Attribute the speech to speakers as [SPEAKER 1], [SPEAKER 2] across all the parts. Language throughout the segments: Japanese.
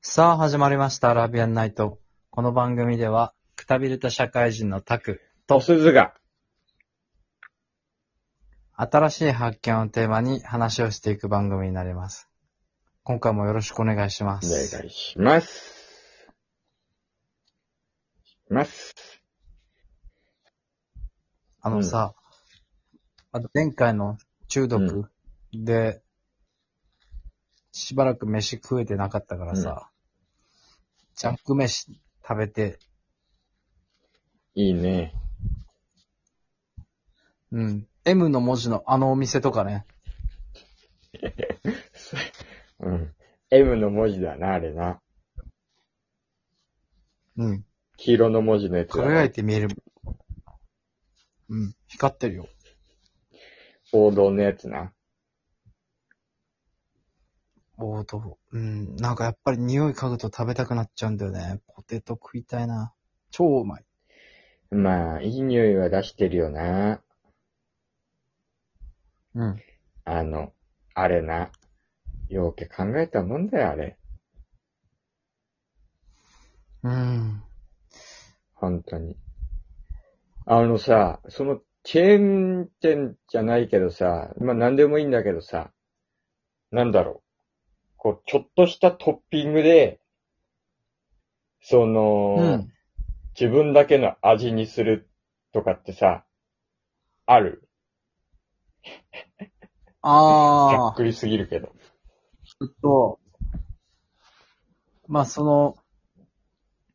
[SPEAKER 1] さあ始まりました、アラビアンナイト。この番組では、くたびれた社会人のタク、
[SPEAKER 2] と鈴が。
[SPEAKER 1] 新しい発見をテーマに話をしていく番組になります。今回もよろしくお願いしま
[SPEAKER 2] お
[SPEAKER 1] す。
[SPEAKER 2] 願いします。します。
[SPEAKER 1] あのさ、あと前回の中毒で、しばらく飯食えてなかったからさ、ジャンク飯食べて、
[SPEAKER 2] いいね。
[SPEAKER 1] うん、M の文字のあのお店とかね、
[SPEAKER 2] うん。M の文字だな、あれな。
[SPEAKER 1] うん、
[SPEAKER 2] 黄色の文字のやつだ
[SPEAKER 1] 輝。
[SPEAKER 2] ない
[SPEAKER 1] て見える。うん、光ってるよ。
[SPEAKER 2] 王道のやつな。
[SPEAKER 1] おーと、うん、なんかやっぱり匂い嗅ぐと食べたくなっちゃうんだよね。ポテト食いたいな。超うまい。
[SPEAKER 2] まあ、いい匂いは出してるよな。
[SPEAKER 1] うん。
[SPEAKER 2] あの、あれな。ようけ考えたもんだよ、あれ。
[SPEAKER 1] うん。
[SPEAKER 2] 本当に。あのさ、その、チェーン店じゃないけどさ、まあ何でもいいんだけどさ、なんだろう。こう、ちょっとしたトッピングで、その、
[SPEAKER 1] うん。
[SPEAKER 2] 自分だけの味にするとかってさ、ある。ざ
[SPEAKER 1] あ
[SPEAKER 2] っ
[SPEAKER 1] ー、
[SPEAKER 2] くりすぎるけど。
[SPEAKER 1] えっと、まあその、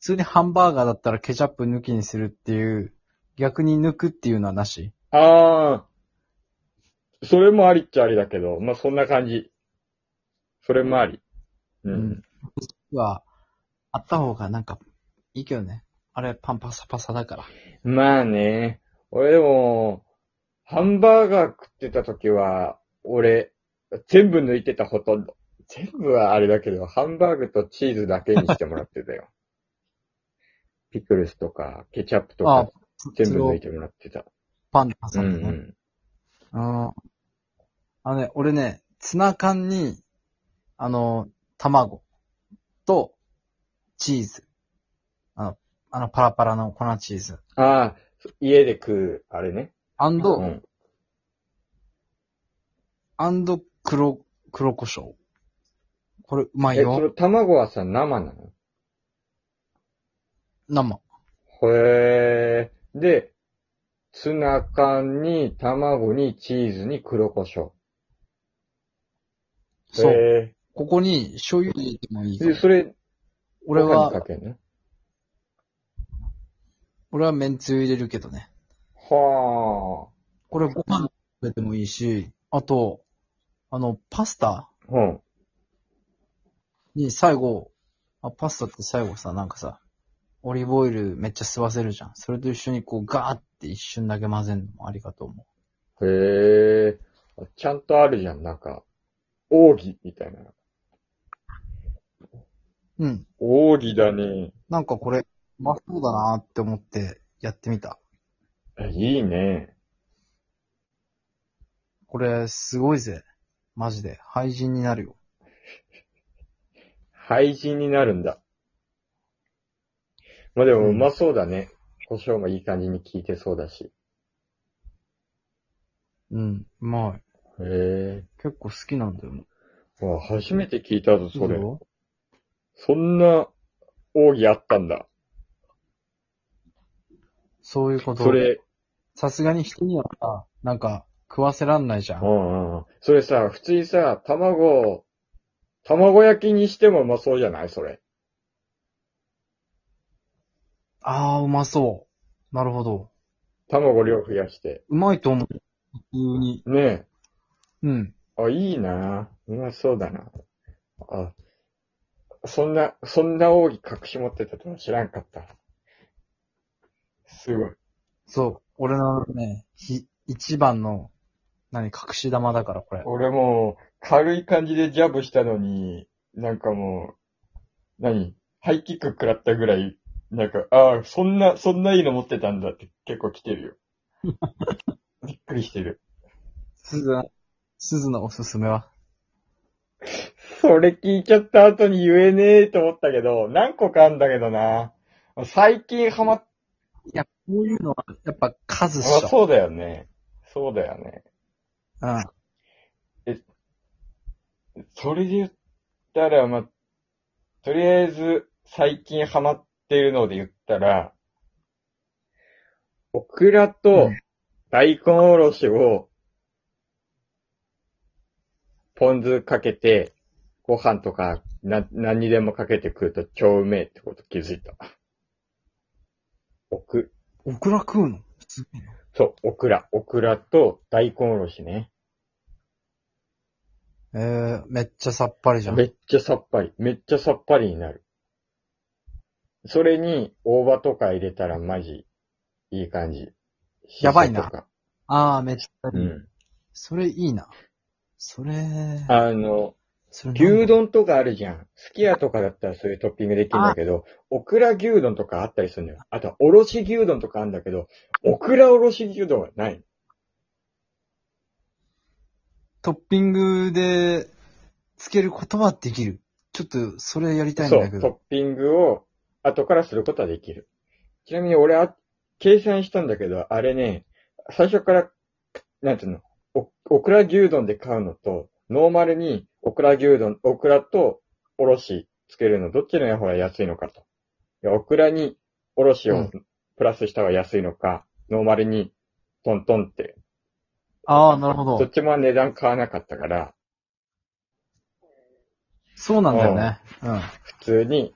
[SPEAKER 1] 普通にハンバーガーだったらケチャップ抜きにするっていう、逆に抜くっていうのはなし
[SPEAKER 2] ああ、それもありっちゃありだけど、まあそんな感じ。それもあり。う。
[SPEAKER 1] うんは、あった方がなんか、いいけどね。あれ、パンパサパサだから。
[SPEAKER 2] まあね。俺でも、ハンバーガー食ってた時は、俺、全部抜いてたほとんど。全部はあれだけど、ハンバーグとチーズだけにしてもらって たよ。ピクルスとか、ケチャップと
[SPEAKER 1] あ
[SPEAKER 2] か、全部抜いてもらってた。
[SPEAKER 1] パンで
[SPEAKER 2] う
[SPEAKER 1] 挟
[SPEAKER 2] んうん
[SPEAKER 1] でね。
[SPEAKER 2] ん。
[SPEAKER 1] うん。あのね、俺ね、ツナ缶に、あの、卵と、チーズ。あの、あのパラパラの粉チーズ。
[SPEAKER 2] ああ、家で食う、あれね。
[SPEAKER 1] アンド、
[SPEAKER 2] うん。
[SPEAKER 1] アンド黒、黒胡椒。これ、うまい
[SPEAKER 2] え、その
[SPEAKER 1] よ。
[SPEAKER 2] 卵はさ、生なの
[SPEAKER 1] 生。
[SPEAKER 2] へえ。で、ツナ缶に、卵に、チーズに、黒胡椒。
[SPEAKER 1] そう。
[SPEAKER 2] へ
[SPEAKER 1] ここに醤油入れてもいい
[SPEAKER 2] え。
[SPEAKER 1] から
[SPEAKER 2] で、それ、
[SPEAKER 1] 俺
[SPEAKER 2] ご飯に
[SPEAKER 1] は、
[SPEAKER 2] かけんの
[SPEAKER 1] 俺はめんつゆ入れるけどね。
[SPEAKER 2] は
[SPEAKER 1] これご飯食べてもいいし、あと、あの、パスタ
[SPEAKER 2] あ。うん。
[SPEAKER 1] に最後、あパスタって最後さ、なんかさ、オリーブオイルめっちゃ吸わせるじゃん。それと一緒にこうガーって一瞬だけ混ぜるのもありかと思
[SPEAKER 2] へえ。ちゃんとあるじゃん、なんか。奥義みたいな。
[SPEAKER 1] う。うん。
[SPEAKER 2] 奥義だね。
[SPEAKER 1] なんかこれ、うまそうだなーって思ってやってみた。
[SPEAKER 2] えいいね。
[SPEAKER 1] これ、すごいぜ。マジで。廃人になるよ。
[SPEAKER 2] 廃人になるんだ。まあでも、
[SPEAKER 1] う
[SPEAKER 2] うんまそうだね。胡椒もいい感じに効いてそうだし。
[SPEAKER 1] うん。うまい。
[SPEAKER 2] へえ。
[SPEAKER 1] 結構好きなんだよね。
[SPEAKER 2] わあ、初めて聞いたぞ、そ
[SPEAKER 1] いい
[SPEAKER 2] れ。
[SPEAKER 1] よ
[SPEAKER 2] そんな、奥義あったんだ。
[SPEAKER 1] そういうこと。
[SPEAKER 2] そ。れ、
[SPEAKER 1] さすがに人にはさ、なんか、食わせらんないじゃ。
[SPEAKER 2] うんんうん。それさ、普通にさ、卵、卵焼きにしてもうまそうじゃないそれ。
[SPEAKER 1] あー、うまそう。なるほど。
[SPEAKER 2] 卵量増やして。
[SPEAKER 1] うまいと思う。普通に。
[SPEAKER 2] ね
[SPEAKER 1] うん。
[SPEAKER 2] え。あ、いいなうまそうだな。あ、そんな、そんな奥義隠し持ってたとは知らんかった。すごい。
[SPEAKER 1] そう。俺のね、ひ、一番の、何、隠し玉だから、これ。
[SPEAKER 2] 俺もう、軽い感じでジャブしたのに、なんかもう、何ハイキック食らったぐらい、なんか、ああ、そんな、そんないいの持ってたんだって結構来てるよ。びっくりしてる。
[SPEAKER 1] 鈴、鈴のおすすめは
[SPEAKER 2] それ聞いちゃった後に言えねえと思ったけど、何個かあんだけどな。最近ハマっ
[SPEAKER 1] いや、こういうのは、やっぱ数
[SPEAKER 2] た、
[SPEAKER 1] っしょ。
[SPEAKER 2] そうだよね。そうだよね。
[SPEAKER 1] うん。
[SPEAKER 2] それで言ったら、まあ、とりあえず最近ハマってるので言ったら、オクラと大根おろしを、ポン酢かけて、ご飯とか、な、何にでもかけて食うと超うめえってこと気づいた。オク、
[SPEAKER 1] オクラ食うのすげえ
[SPEAKER 2] そう、オクラ。オクラと大根おろしね。
[SPEAKER 1] えー、めっちゃさっぱりじゃん。
[SPEAKER 2] めっちゃさっぱり。めっちゃさっぱりになる。それに、大葉とか入れたらマジ、いい感じ。
[SPEAKER 1] やばいな
[SPEAKER 2] シソとか
[SPEAKER 1] ああ、めっちゃ、
[SPEAKER 2] うん。
[SPEAKER 1] それいいな。それ、
[SPEAKER 2] あの、
[SPEAKER 1] それなんだ
[SPEAKER 2] 牛丼とかあるじゃん。すき家とかだったらそういうトッピングできるんだけど、オクラ牛丼とかあったりするのよ。あとは、おろし牛丼とかあるんだけど、オクラおろし牛丼はない。
[SPEAKER 1] トッピングで、つけることはできる。ちょっと、それやりたいん
[SPEAKER 2] そ
[SPEAKER 1] だけ
[SPEAKER 2] う、トッ
[SPEAKER 1] ど。
[SPEAKER 2] ピングを後からすることはできる。ちなみに俺は、計算したんだけど、あれね、最初から、なんていうの、おオクラ牛丼で買うのと、ノーマルにオクラ牛丼、オクラとおろしつけるの、どっちの方が安いのかと。いやオクラにおろし
[SPEAKER 1] う
[SPEAKER 2] を
[SPEAKER 1] ん
[SPEAKER 2] プラスした方が安いのか、ノーマルにトントンって
[SPEAKER 1] ああ、なるほ
[SPEAKER 2] ど
[SPEAKER 1] ど
[SPEAKER 2] っ。ちも値段変わらなかったから、
[SPEAKER 1] そうなんだよね。うん。
[SPEAKER 2] 普通に、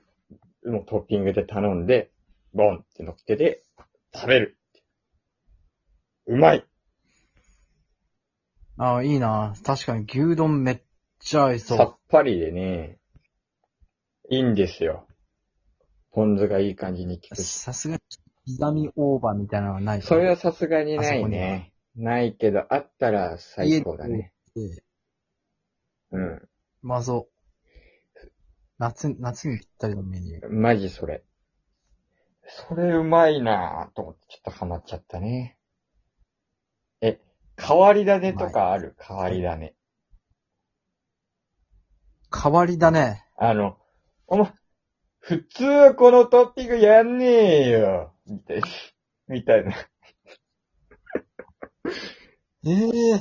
[SPEAKER 2] もうトッピングで頼んで、ボンって乗っけて、食べる。うまい
[SPEAKER 1] ああ、いいな。確かに牛丼めっちゃ合い
[SPEAKER 2] さ
[SPEAKER 1] そ
[SPEAKER 2] っぱりでね、いいんですよ。ポン酢がいい感じに効
[SPEAKER 1] う。
[SPEAKER 2] くし。
[SPEAKER 1] さすがに、刻みオーバーみたいなのはない。
[SPEAKER 2] それはさすがにな
[SPEAKER 1] あそ
[SPEAKER 2] い
[SPEAKER 1] こに
[SPEAKER 2] ね。ないけど、あったら最高だね。
[SPEAKER 1] ええ
[SPEAKER 2] うん。
[SPEAKER 1] うまそう。夏、夏にぴったりのメニュー。
[SPEAKER 2] マジそれ。それうまいなぁと思って、ちょっとハマっちゃったね。え、変わり種とかある変わり種。
[SPEAKER 1] 変わりだね。
[SPEAKER 2] あの、お前、普通はこのトッピングやんねえよ。みたいな。みたいな。
[SPEAKER 1] え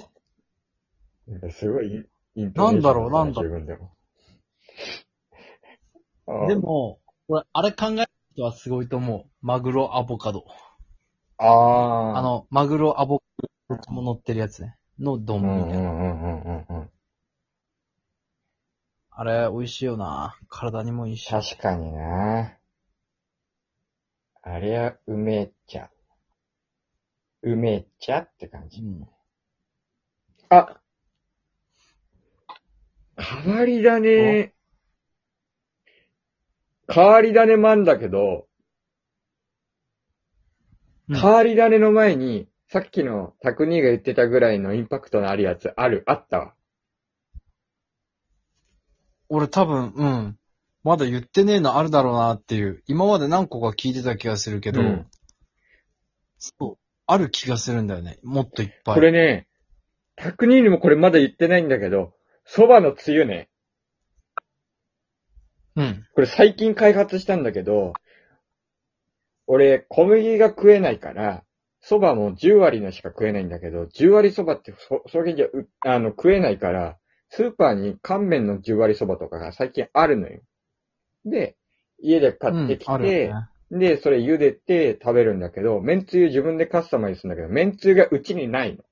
[SPEAKER 1] え
[SPEAKER 2] すごいイン、イン
[SPEAKER 1] なんだろうなんだろ
[SPEAKER 2] ろう。自分でも。
[SPEAKER 1] で
[SPEAKER 2] も、
[SPEAKER 1] も、俺、あれ考える人はすごいと思う。マグロアボカド。
[SPEAKER 2] ああ。
[SPEAKER 1] あ、の、マグロアボカドも乗ってるやつね。の丼
[SPEAKER 2] う
[SPEAKER 1] みたい
[SPEAKER 2] んう
[SPEAKER 1] な。
[SPEAKER 2] んうんうんうんうん。
[SPEAKER 1] あれ、美味しいよな。体にもいいし。
[SPEAKER 2] 確かにな。あれは、うめえっちゃ。うめえっちゃって感
[SPEAKER 1] う
[SPEAKER 2] じ。
[SPEAKER 1] ん。
[SPEAKER 2] あ変わり種、変わり種もあんだけど、
[SPEAKER 1] うん
[SPEAKER 2] 変わり種の前に、さっきのタクニーが言ってたぐらいのインパクトのあるやつ、ある、あったわ。
[SPEAKER 1] 俺多分、うん。まだ言ってねえのあるだろうなっていう。今まで何個か聞いてた気がするけど、
[SPEAKER 2] うん
[SPEAKER 1] そう。ある気がするんだよね。もっといっぱい。
[SPEAKER 2] これね、タクニーにもこれまだ言ってないんだけど、蕎麦のつゆね、
[SPEAKER 1] うん。
[SPEAKER 2] これ最近開発したんだけど、俺、小麦が食えないから、蕎麦も10割のしか食えないんだけど、10割蕎麦ってそ、それじゃう、あの、食えないから、スーパーに乾麺の10割蕎麦とかが最近あるのよ。で、家で買ってき
[SPEAKER 1] う
[SPEAKER 2] て、
[SPEAKER 1] んあるよね
[SPEAKER 2] で、それ茹でて食べるんだけど、めんつゆ自分でカスタマイズするんだけど、めんつゆがうちにないの。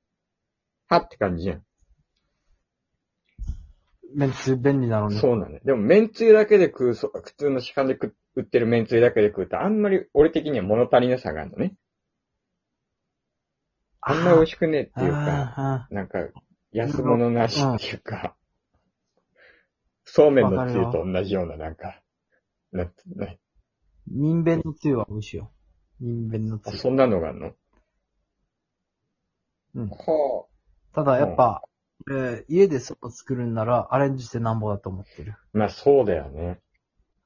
[SPEAKER 2] はって感じじゃん。
[SPEAKER 1] めんつゆ便利なのに。
[SPEAKER 2] そうなんだよ。でも、めんつゆだけで食う、そ普通の市販で食売ってるめんつゆだけで食うと、あんまり俺的には物足りなさがあるのね。あんまり美味
[SPEAKER 1] し
[SPEAKER 2] しくねえっていうか、
[SPEAKER 1] か。
[SPEAKER 2] なんか、安物なしっていうか、そうめんのつゆと同じような、なんか、なんつね
[SPEAKER 1] 人弁のつゆは美味しいよ。人弁のつ
[SPEAKER 2] あ
[SPEAKER 1] ゆ。
[SPEAKER 2] そんなのがあるの
[SPEAKER 1] うん
[SPEAKER 2] は
[SPEAKER 1] ただやっぱ、えー家でそば作るんならアレンジしてなんぼだと思ってる。
[SPEAKER 2] あ、まあそうだよね。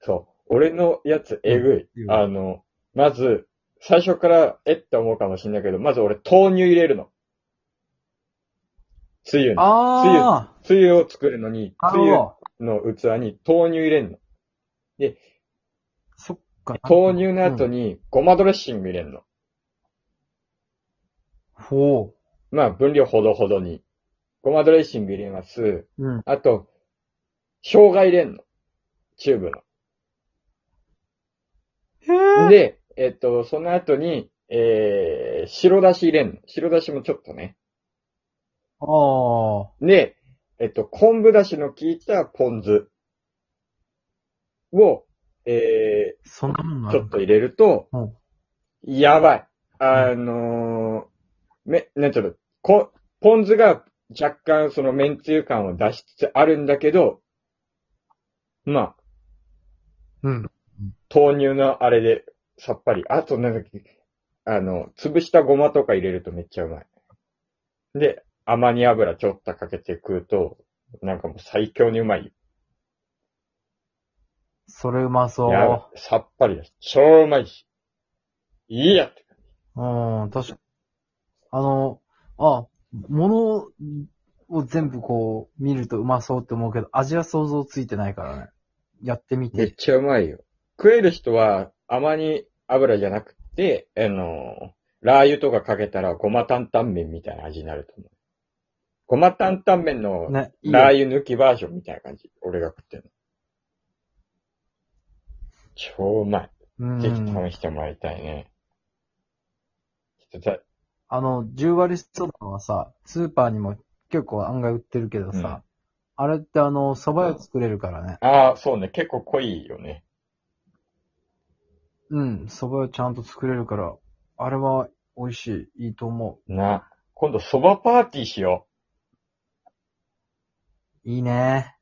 [SPEAKER 2] そう。俺のやつ、えぐい。
[SPEAKER 1] うん
[SPEAKER 2] あの、まず、最初から、えって思うかもしんないけど、まず俺、豆乳入れるの。つゆの。
[SPEAKER 1] あ
[SPEAKER 2] つゆを作るのに、
[SPEAKER 1] あ、な
[SPEAKER 2] つ
[SPEAKER 1] るほ
[SPEAKER 2] ゆ
[SPEAKER 1] ど。
[SPEAKER 2] の器に豆乳入れんの。
[SPEAKER 1] そっか。
[SPEAKER 2] 豆乳の後にごまドレッシング入れんの。
[SPEAKER 1] ほ
[SPEAKER 2] まあ、分量ほどほどに。ごまドレッシング入れます。
[SPEAKER 1] う。うん。
[SPEAKER 2] あと、生姜入れんの。チューブ
[SPEAKER 1] へ
[SPEAKER 2] の。
[SPEAKER 1] ぇ
[SPEAKER 2] で、えっと、その後に、えー、白だし入れんの。白だしもちょっとね。
[SPEAKER 1] ああ。
[SPEAKER 2] で、えっと、昆布だしの効いたポン酢を、え
[SPEAKER 1] そんなもん
[SPEAKER 2] ー、
[SPEAKER 1] な
[SPEAKER 2] ちょっと入れると
[SPEAKER 1] うん、
[SPEAKER 2] やばい。あのー、め、なんちゅうの、こ、ポン酢が若干その麺つゆ感を出しつつあるんだけど、まあ、
[SPEAKER 1] うん。
[SPEAKER 2] 豆乳のあれでさっぱり。あとなんだっけ、あの、潰したごまとか入れるとめっちゃうまい。で、甘煮油ちょっとかけて食うと、なんかもう最強にうまい。
[SPEAKER 1] それうまそ
[SPEAKER 2] やば
[SPEAKER 1] う。
[SPEAKER 2] いさっぱりだし、超うまいし。いいやって。
[SPEAKER 1] うん、確かあの、あ、物を全部こう、見るとうまそうって思うけど、味は想像ついてないからね。やってみ。
[SPEAKER 2] めってちゃうまいよ。食える人は甘煮油じゃなくて、あの、ラー油とかかけたらごま担々麺みたいな味になると思う。ごま担々麺の
[SPEAKER 1] ね。いいよ
[SPEAKER 2] ラー油抜きバージョンみたいな感じ。俺が食ってるの。超うまい。
[SPEAKER 1] うん
[SPEAKER 2] ぜひ試してもらいたいね。ちょっとさ
[SPEAKER 1] あの、10割そばはさ、スーパーにも結構案外売ってるけどさ、あれってあの、蕎麦を作れるからね。
[SPEAKER 2] ああ、そうね。結構濃いよね。
[SPEAKER 1] うん、蕎麦をちゃんと作れるから、あれは美味しい、いいと思
[SPEAKER 2] な。今度、蕎麦パーティーしよ
[SPEAKER 1] う。いいね。